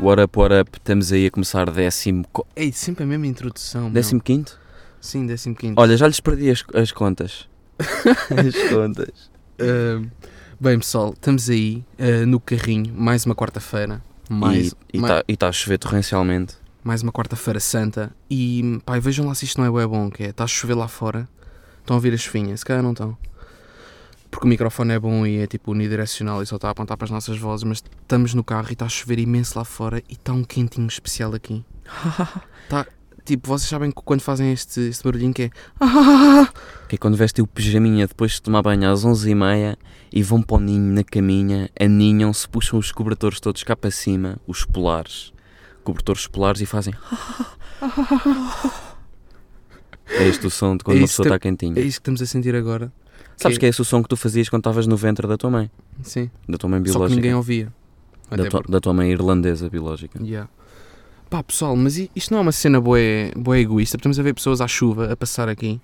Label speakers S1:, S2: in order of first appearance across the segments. S1: What up, what up? Estamos aí a começar décimo. co-
S2: Ei, sempre a mesma introdução. meu.
S1: Décimo quinto?
S2: Sim, décimo quinto.
S1: Olha, já lhes perdi as, as contas. as contas.
S2: Ah, bem, pessoal, estamos aí ah, no carrinho, mais uma quarta-feira. Mais,
S1: e
S2: ma-
S1: está a chover torrencialmente.
S2: mais uma quarta-feira santa. E, pá, e vejam lá se isto não é bué bom, que é, está a chover lá fora. Estão a ouvir a chuvinha, se calhar não estão. Porque o microfone é bom e é tipo unidirecional e só está a apontar para as nossas vozes, mas estamos no carro e está a chover imenso lá fora e está um quentinho especial aqui. Tá, tipo, vocês sabem que quando fazem este, este barulhinho que é...
S1: Que é quando vestem o pijaminha depois de tomar banho às 11h30 e vão para o ninho na caminha, aninham-se, puxam os cobertores todos cá para cima, os polares, cobertores polares e fazem. é este o som de quando
S2: É
S1: uma
S2: isso
S1: pessoa
S2: que-
S1: está
S2: É
S1: quentinha.
S2: isso que estamos a sentir agora.
S1: Sabes que é esse o som que tu fazias quando estavas no ventre da tua mãe?
S2: Sim.
S1: Da tua mãe
S2: Só que ninguém
S1: biológica.
S2: ouvia.
S1: Da
S2: Até
S1: tua, da tua mãe irlandesa biológica.
S2: porque- Yeah. Pá, pessoal, mas i- isto não é uma cena boé, boé egoísta. Estamos a ver pessoas à chuva a passar aqui,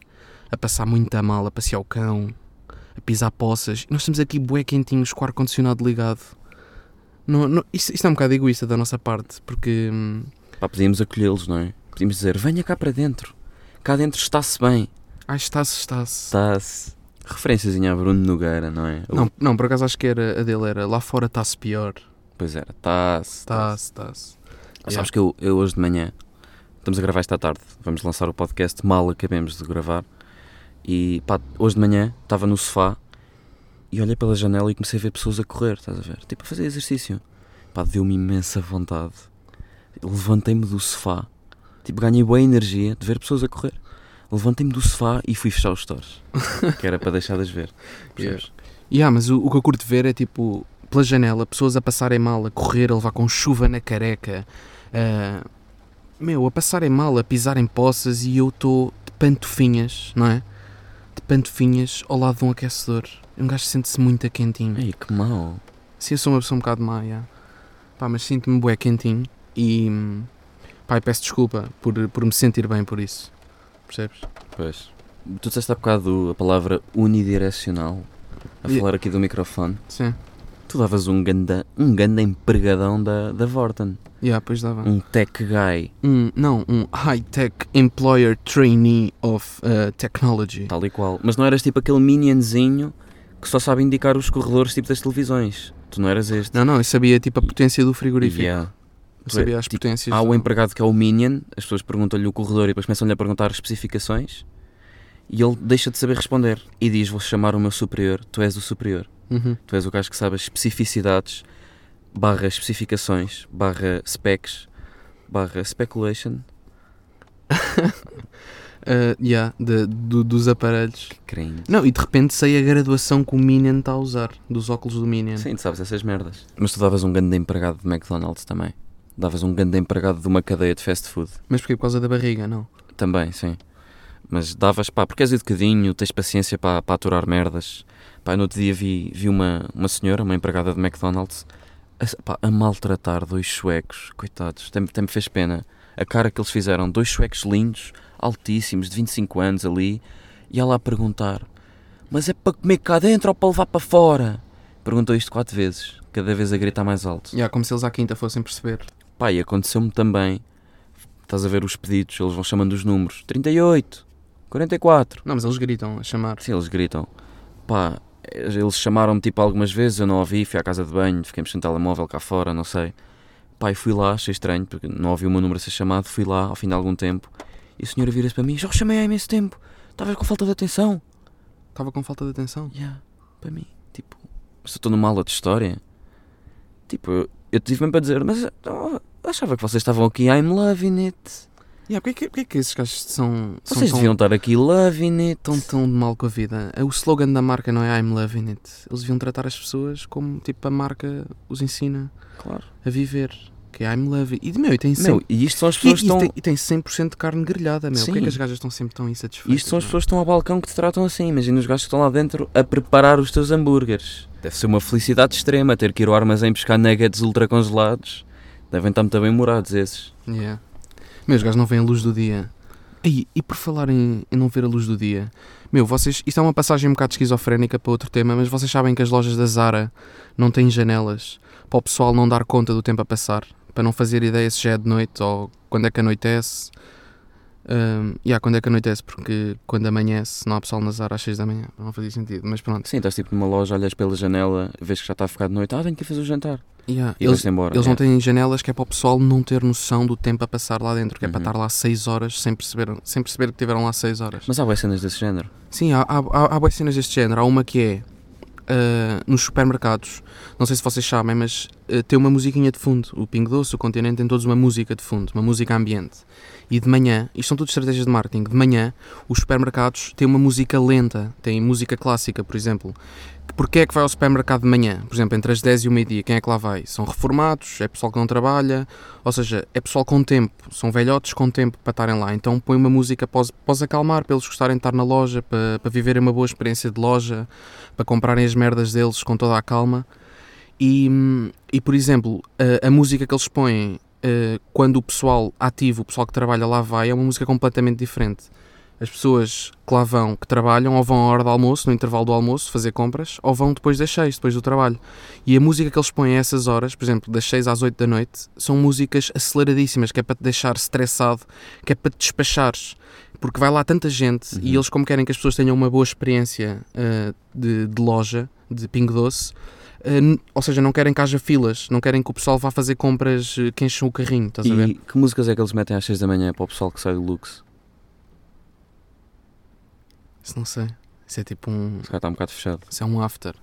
S2: a passar muita mal, a passear o cão, a pisar poças. E nós estamos aqui boé quentinhos com o ar-condicionado ligado. Não, não, isto, isto é um bocado egoísta da nossa parte, porque. hum,
S1: Pá, podíamos acolhê-los, não é? Podíamos dizer, venha cá para dentro. Cá dentro está-se bem.
S2: Ai, está-se, está-se.
S1: Tá. Está-se. Referenciazinha a Bruno Nogueira, não é?
S2: Não, não, por acaso acho que era a dele era lá fora está-se pior.
S1: Pois era, está-se.
S2: Está-se, está-se.
S1: Sabes que eu, eu hoje de manhã, estamos a gravar esta tarde, vamos lançar o podcast, mal acabemos de gravar. E pá, hoje de manhã estava no sofá e olhei pela janela e comecei a ver pessoas a correr, estás a ver? Tipo, a fazer exercício. Pá, deu-me imensa vontade. Levantei-me do sofá, tipo, ganhei boa energia de ver pessoas a correr. Levantei-me do sofá e fui fechar os stores, que era para deixar de as ver. percebes?
S2: Yeah, mas o, o que eu curto ver é tipo, pela janela, pessoas a passarem mal, a correr, a levar com chuva na careca, a- meu, a passarem mal, a pisar em poças e eu estou de pantofinhas, não é? De pantofinhas ao lado de um aquecedor. Um gajo sente-se muito quentinho.
S1: Ei, que mau.
S2: Se eu sou uma pessoa um bocado má, yeah. pá, mas sinto-me bué quentinho e. pá, e peço desculpa por, por me sentir bem por isso. Percebes?
S1: Pois. Tu disseste há bocado a palavra unidirecional, a
S2: E-
S1: falar aqui do microfone.
S2: Sim.
S1: Tu davas um ganda, um ganda empregadão da, da Vorten.
S2: Yeah, pois dava.
S1: Um tech guy,
S2: Um, não, um High-Tech Employer Trainee of uh, Technology.
S1: tal e qual. Mas não eras tipo aquele minionzinho que só sabe indicar os corredores tipo das televisões. Tu não eras este.
S2: Não, não, eu sabia tipo a potência do frigorífico.
S1: Yeah.
S2: Eu sabia as
S1: Tipo,
S2: potências.
S1: Há
S2: do-
S1: o empregado que é o minion, as pessoas perguntam-lhe o corredor e depois começam-lhe a perguntar especificações. E ele deixa de saber responder. E diz, vou chamar o meu superior, tu és o superior.
S2: Uhum.
S1: Tu és o gajo que sabe as especificidades, barra especificações, barra specs, barra speculation.
S2: Uh, yeah, de- do- dos aparelhos.
S1: Creme.
S2: Não, e de repente sei a graduação que o Minion está a usar, dos óculos do Minion.
S1: Sim, tu sabes essas merdas. Mas tu davas um grande empregado de McDonald's também. Davas um grande empregado de uma cadeia de fast food.
S2: Mas porquê? Por causa da barriga, não.
S1: Também, sim. Mas davas, pá, porque és educadinho, tens paciência para, para aturar merdas. Pá, eu no outro dia vi, vi uma, uma senhora, uma empregada de McDonald's, a, pá, a maltratar dois suecos, coitados, até, me- até me fez pena. A cara que eles fizeram, dois suecos lindos, altíssimos, de 25 anos ali, e ela a perguntar: Mas é para comer cá dentro ou para levar para fora? Perguntou isto quatro vezes, cada vez a gritar mais alto.
S2: Yeah, como se eles à quinta fossem perceber.
S1: Pá, e aconteceu-me também. Estás a ver os pedidos, eles vão chamando os números: 38, 44.
S2: Não, mas eles gritam a chamar.
S1: Sim, eles gritam. Pá, eles chamaram-me tipo algumas vezes, eu não ouvi, fui à casa de banho, fiquei-me sem telemóvel cá fora, não sei. Pá, e fui lá, achei estranho, porque não ouvi o meu número a ser chamado, fui lá ao fim de algum tempo. E o senhor vira-se para mim: Já o chamei há imenso tempo, estavas com falta de atenção.
S2: Estava com falta de atenção.
S1: Yeah, para mim, tipo, se eu estou numa aula de história, tipo, eu, eu tive mesmo para dizer, mas eu achava que vocês estavam aqui, I'm loving it.
S2: Yeah, porquê, que- porquê que esses gajos são, são
S1: Vocês
S2: tão,
S1: deviam estar aqui loving it.
S2: tão, tão de mal com a vida? O slogan da marca não é I'm loving it. Eles deviam tratar as pessoas como tipo a marca os ensina.
S1: Claro.
S2: a viver. Que é I'm loving. E, meu, e tem
S1: Meu,
S2: sempre.
S1: e isto são as
S2: E,
S1: pessoas que
S2: e
S1: estão.
S2: tem, e tem 100% de carne grelhada, meu. Porquê é
S1: Sim.
S2: que as gajas estão sempre tão insatisfeitas?
S1: Isto são as
S2: meu?
S1: pessoas que estão ao balcão que te tratam assim. Imagina os gajos que estão lá dentro a preparar os teus hambúrgueres. Deve ser uma felicidade extrema ter que ir ao armazém buscar nuggets ultra congelados. Devem estar muito bem morados esses.
S2: Yeah. Meu, os gajos não veem a luz do dia. E, e por falar em, em não ver a luz do dia, meu, vocês. Isto é uma passagem um bocado esquizofrénica para outro tema, mas vocês sabem que as lojas da Zara não têm janelas para o pessoal não dar conta do tempo a passar. para não fazer ideia se já é de noite ou quando é que anoitece. Hum, yeah, quando é que anoitece, porque quando amanhece não há pessoal nas às 6 da manhã, não fazia sentido, mas pronto.
S1: Sim, estás tipo numa loja, olhas pela janela, vês que já está a ficar de noite, ah, tenho que ir fazer o jantar.
S2: Yeah,
S1: E
S2: eles
S1: vais-te embora.
S2: eles
S1: É.
S2: não têm janelas que é para o pessoal não ter noção do tempo a passar lá dentro, que é para
S1: Uhum.
S2: estar lá 6 horas sem perceber, sem perceber que tiveram lá 6 horas.
S1: Mas há boas cenas desse género.
S2: Sim, há, há, há, há boas cenas deste género. Há uma que é ah, nos supermercados. Não sei se vocês sabem, mas ah, tem uma musiquinha de fundo. O Pingo Doce, o Continente, tem todos uma música de fundo, uma música ambiente. E de manhã, isto são tudo estratégias de marketing, de manhã os supermercados têm uma música lenta, têm música clássica, por exemplo. Porquê é que vai ao supermercado de manhã? Por exemplo, entre as 10 e o meio-dia, quem é que lá vai? São reformados, é pessoal que não trabalha, ou seja, é pessoal com tempo, são velhotes com tempo para estarem lá. Então põe uma música para os, para os acalmar, para eles gostarem de estar na loja, para, para viverem uma boa experiência de loja, para comprarem as merdas deles com toda a calma. E, hum, e por exemplo, a, a música que eles põem eh, quando o pessoal ativo, o pessoal que trabalha lá vai, é uma música completamente diferente. As pessoas que lá vão, que trabalham, ou vão à hora do almoço, no intervalo do almoço, fazer compras, ou vão depois das 6, depois do trabalho. E a música que eles põem a essas horas, por exemplo, das 6 às 8 da noite, são músicas aceleradíssimas, que é para te deixar estressado, que é para te despachares. Porque vai lá tanta gente
S1: Uhum.
S2: e eles, como querem que as pessoas tenham uma boa experiência ah, de, de loja, de pingo doce, ah, n- ou seja, não querem que haja filas, não querem que o pessoal vá fazer compras ah, que encham o carrinho, estás a ver?
S1: E que músicas é que eles metem às 6 da manhã para o pessoal que sai do Lux?
S2: Isso não sei. Isso é tipo um.
S1: Se calhar está um bocado fechado.
S2: Isso é um after.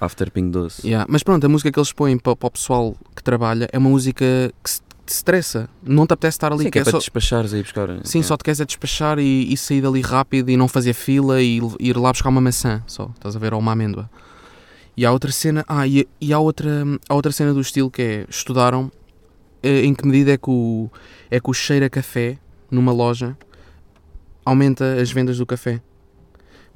S1: After Ping Doce.
S2: Yeah, Mas pronto, a música que eles põem para, o pessoal que trabalha é uma música que se, te estressa. Não te apetece estar ali.
S1: Sim, que é,
S2: quer
S1: para
S2: só-
S1: despachares aí buscar.
S2: Sim, só te queres é despachar e, e sair dali rápido e não fazer fila e l- ir lá buscar uma maçã só, estás a ver, ou uma amêndoa. E há outra cena, ah, e, e há, outra, há outra cena do estilo que é, estudaram eh, em que medida é que o, é que o cheiro a café numa loja aumenta as vendas do café.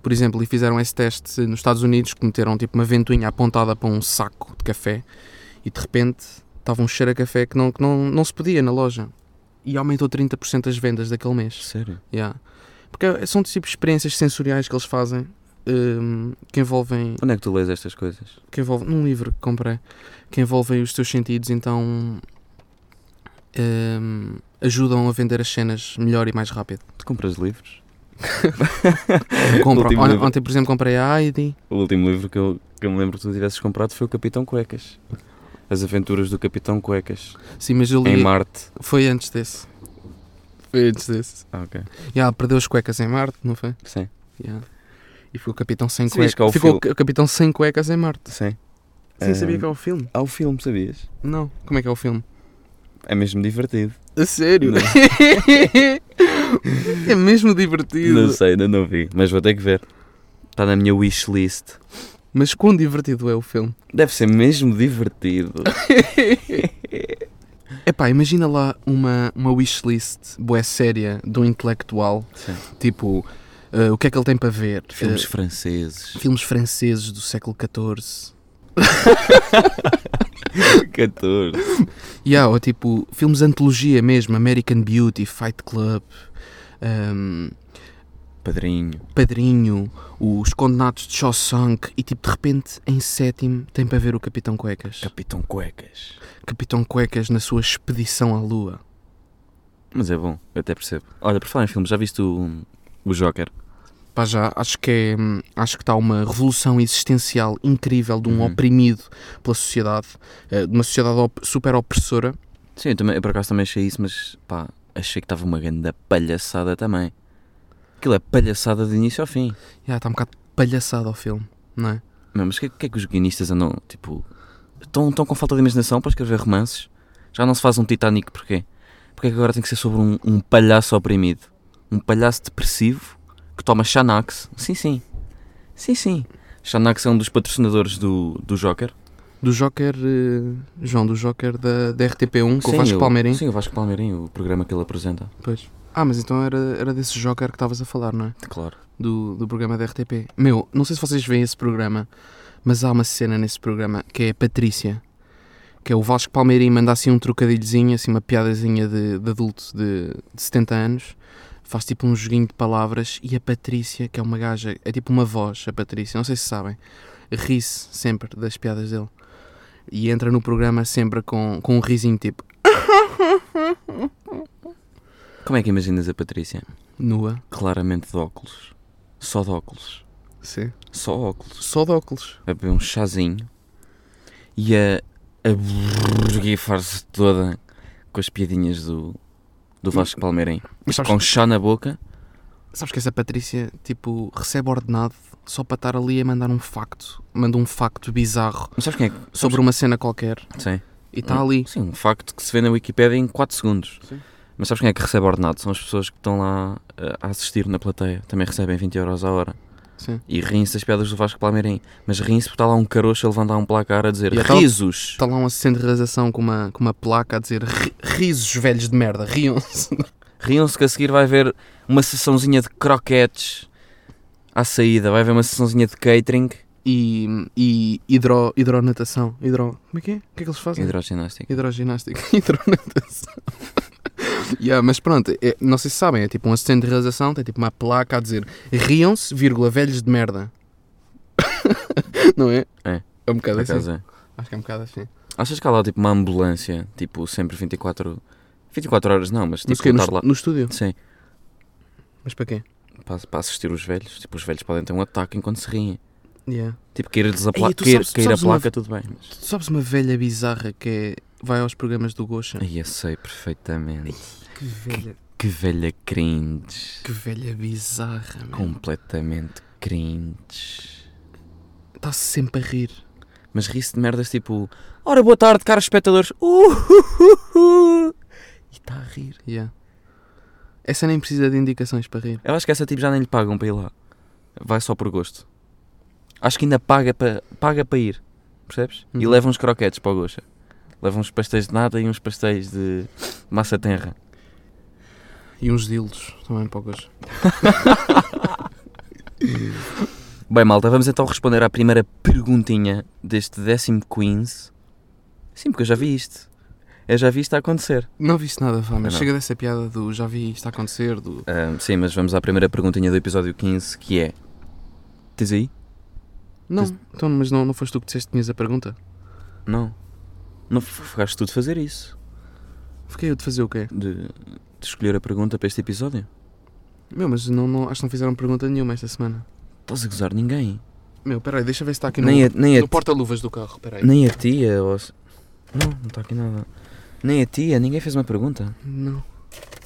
S2: Por exemplo, e fizeram esse teste nos Estados Unidos, que meteram tipo uma ventoinha apontada para um saco de café e de repente estava um cheiro a café que não, que não, não se podia na loja. E aumentou 30% as vendas daquele mês.
S1: Sério?
S2: Yeah. Porque é- são tipo experiências sensoriais que eles fazem hum, que envolvem
S1: Onde é que tu lês estas coisas?
S2: que envolve num livro que comprei que envolvem os teus sentidos então hum, ajudam a vender as cenas melhor e mais rápido.
S1: Tu compras livros?
S2: Compro,
S1: Último
S2: on-
S1: livro.
S2: ontem por exemplo comprei a Heidi.
S1: O último livro que eu, que eu me lembro que tu tivesses comprado foi o Capitão Cuecas. As Aventuras do Capitão Cuecas.
S2: Sim, mas eu
S1: Em
S2: li
S1: Marte.
S2: foi antes desse. Foi antes desse.
S1: Ah, ok.
S2: Yeah, perdeu as cuecas em Marte, não foi?
S1: Sim.
S2: Yeah. E ficou o capitão sem
S1: Sabias que há
S2: cuecas.
S1: o
S2: Ficou
S1: filme?
S2: o ca- capitão sem cuecas em Marte.
S1: Sim.
S2: Sim, sabia
S1: Ah,
S2: que é o filme.
S1: Há o filme, sabias?
S2: Não, como é que é o filme?
S1: É mesmo divertido.
S2: A sério?
S1: Não.
S2: é mesmo divertido.
S1: Não sei, ainda não vi. Mas vou ter que ver. Está Tá na minha wishlist.
S2: Mas quão divertido é o filme?
S1: Deve ser mesmo divertido.
S2: Epá, imagina lá uma, uma wishlist boé séria de um intelectual.
S1: Sim.
S2: Tipo, eh, o que é que ele tem para ver?
S1: Filmes
S2: Eh,
S1: franceses.
S2: filmes franceses do século XIV.
S1: 14.
S2: Yeah, ou tipo, filmes de antologia mesmo. American Beauty, Fight Club, ehm,
S1: Padrinho.
S2: Padrinho, Os Condenados de Shawshank. E tipo, de repente, em sétimo, tem para ver o Capitão Cuecas.
S1: Capitão Cuecas.
S2: Capitão Cuecas na sua expedição à Lua.
S1: Mas é bom, eu até percebo. Olha, por falar em filmes, já viste o, o Joker?
S2: Pá, já, acho que é, hum, acho que está uma revolução existencial incrível de um
S1: Uhum.
S2: oprimido pela sociedade, eh, de uma sociedade op- super opressora.
S1: Sim, eu, também, eu por acaso também achei isso, mas pá, achei que estava uma grande palhaçada também. Aquilo é palhaçada de início ao fim.
S2: Já, está um bocado palhaçado ao filme, não é?
S1: Meu, mas o que, que é que os guionistas andam, tipo, estão tão com falta de imaginação para escrever romances? Já não se faz um Titanic, porquê? Porque é que agora tem que ser sobre um, um palhaço oprimido? Um palhaço depressivo que toma Xanax? Sim, sim. Sim, sim. Xanax é um dos patrocinadores do, do Joker.
S2: Do Joker, eh, João, do Joker da, da RTP1 com
S1: Sim,
S2: o Vasco
S1: eu-
S2: Palmeirim.
S1: Sim, o Vasco Palmeirinho, o programa que ele apresenta.
S2: Pois. Ah, mas então era, era desse Joker que estavas a falar, não é?
S1: Claro.
S2: Do, do programa da RTP. Meu, não sei se vocês veem esse programa, mas há uma cena nesse programa que é a Patrícia. Que é o Vasco Palmeirim manda assim um trocadilhozinho, assim uma piadazinha de, de adulto de, de 70 anos. Faz tipo um joguinho de palavras e a Patrícia, que é uma gaja, é tipo uma voz, a Patrícia, não sei se sabem, ri-se sempre das piadas dele. E entra no programa sempre com, com um risinho tipo.
S1: Como é que imaginas a Patrícia?
S2: Nua.
S1: Claramente de óculos. Só de óculos.
S2: Sim.
S1: Só óculos.
S2: Só de óculos.
S1: A beber um chazinho e a, a burguifar-se toda com as piadinhas do, do Vasco Palmeirim.
S2: Mas sabes,
S1: Com chá na boca.
S2: sabes que essa Patrícia, tipo, recebe ordenado só para estar ali a mandar um facto. Manda um facto bizarro
S1: Mas sabes quem é que.
S2: sobre uma cena qualquer
S1: Sim.
S2: e está ali.
S1: Sim, um facto que se vê na Wikipédia em 4 segundos.
S2: Sim.
S1: Mas sabes quem é que recebe ordenado? São as pessoas que estão lá eh, a assistir na plateia. Também recebem 20 euros a hora.
S2: Sim.
S1: E riem-se das piadas do Vasco Palmeirim. Mas riem-se porque está lá um caroço a levantar um placar a dizer
S2: E a tal-
S1: risos.
S2: Está lá um assistente de realização com uma, com uma placa a dizer "Ri- risos velhos de merda, riam-se.
S1: Riam-se que a seguir vai haver uma sessãozinha de croquetes à saída. Vai haver uma sessãozinha de catering
S2: E, e hidro, hidronatação. Hidro, como é que é? O que é que eles
S1: e
S2: fazem?
S1: hidroginástica.
S2: Hidroginástica, hidronatação. yeah, mas pronto, é- não sei se sabem, é tipo um assistente de realização, tem tipo uma placa a dizer riam-se, vírgula, velhos de merda. não é?
S1: É.
S2: É um bocado
S1: Por
S2: assim.
S1: acaso é.
S2: Acho que é um bocado assim.
S1: Achas que há lá tipo uma ambulância? Tipo sempre 24... 24 horas não, mas
S2: Mas
S1: tipo
S2: o quê?
S1: estar lá...
S2: No, no estúdio?
S1: Sim,
S2: Mas para quê?
S1: para, para assistir os velhos. Tipo, os velhos podem ter um ataque enquanto se riem.
S2: Yeah.
S1: Tipo, cair-lhes a,
S2: Ei,
S1: pla
S2: tu
S1: cair,
S2: sabes- tu
S1: cair
S2: sabes
S1: a
S2: uma
S1: placa, tudo bem. Mas...
S2: Tu sabes uma velha bizarra que é, vai aos programas do Gocha?
S1: Ai, eu sei perfeitamente.
S2: Que velha,
S1: Que velha cringe.
S2: que velha bizarra, meu.
S1: Completamente cringe.
S2: Está sempre a rir.
S1: Mas ri-se de merdas tipo... Ora, boa tarde, caros espectadores. Uhuhuhu. E está a rir.
S2: Yeah. Essa nem precisa de indicações para rir.
S1: Eu acho que essa tipo já nem lhe pagam para ir lá. Vai só por gosto. Acho que ainda paga para paga para ir. Percebes? E
S2: Uhum.
S1: leva uns croquetes para o Goxa. Leva uns pastéis de nada e uns pastéis de massa tenra.
S2: E uns dildos também para o Gocha.
S1: Bem, malta, vamos então responder à primeira perguntinha deste décimo Queens. Sim, porque eu já vi isto. Eu já vi isto a acontecer.
S2: Não viste nada, vá, mas
S1: Não.
S2: chega dessa piada do já vi isto a acontecer, do.
S1: Ahm, sim, mas vamos à primeira perguntinha do episódio 15, que é... Tens aí?
S2: Não, então, mas não, não foste tu que disseste que tinhas a pergunta?
S1: Não. Não f- ficaste tu de fazer isso.
S2: Fiquei eu de fazer o quê?
S1: De, de escolher a pergunta para este episódio.
S2: Meu, mas não, não, acho que não fizeram pergunta nenhuma esta semana.
S1: Estás a gozar ninguém.
S2: Meu, peraí, deixa ver se está aqui no,
S1: Nem a, nem, a,
S2: no porta-luvas do carro, peraí.
S1: nem a tia. Ou... se- Não, não está aqui nada. Nem a tia, ninguém fez uma pergunta.
S2: Não.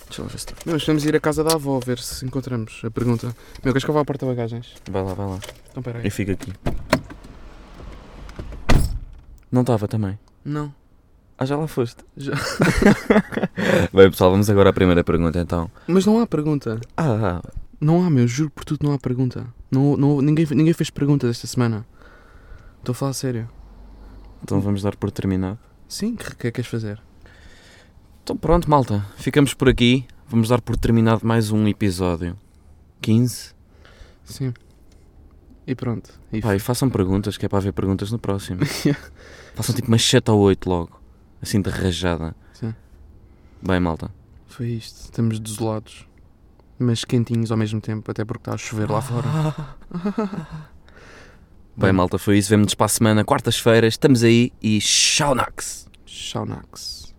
S1: Deixa lá ver se tá.
S2: Meu, mas vamos ir à casa da avó ver se encontramos a pergunta. Meu, queres que eu vá ao porta-bagagens?
S1: Vai lá, vai lá.
S2: Então peraí.
S1: Eu fico aqui. Não estava também.
S2: Não.
S1: Ah, já lá foste.
S2: Já.
S1: Bem, pessoal, vamos agora à primeira pergunta então.
S2: Mas não há pergunta.
S1: Ah, ah,
S2: Não há, meu, juro por tudo, não há pergunta. Não, não, ninguém, ninguém fez perguntas esta semana. Estou a falar a sério.
S1: então vamos dar por terminado.
S2: Sim, o que, que é que queres fazer?
S1: Então pronto, malta. Ficamos por aqui. Vamos dar por terminado mais um episódio. 15.
S2: Sim. E pronto. E
S1: Pá, e façam perguntas, que é para haver perguntas no próximo. façam tipo umas 7 ou 8 logo. Assim de rajada.
S2: Sim.
S1: Bem, malta.
S2: Foi isto. Estamos desolados, mas quentinhos ao mesmo tempo, até porque está a chover lá fora.
S1: Bem, malta, foi isso. Vemo-nos para a semana, quartas-feiras. Estamos aí e tchau, Nax!
S2: Shaunax.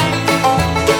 S3: Thank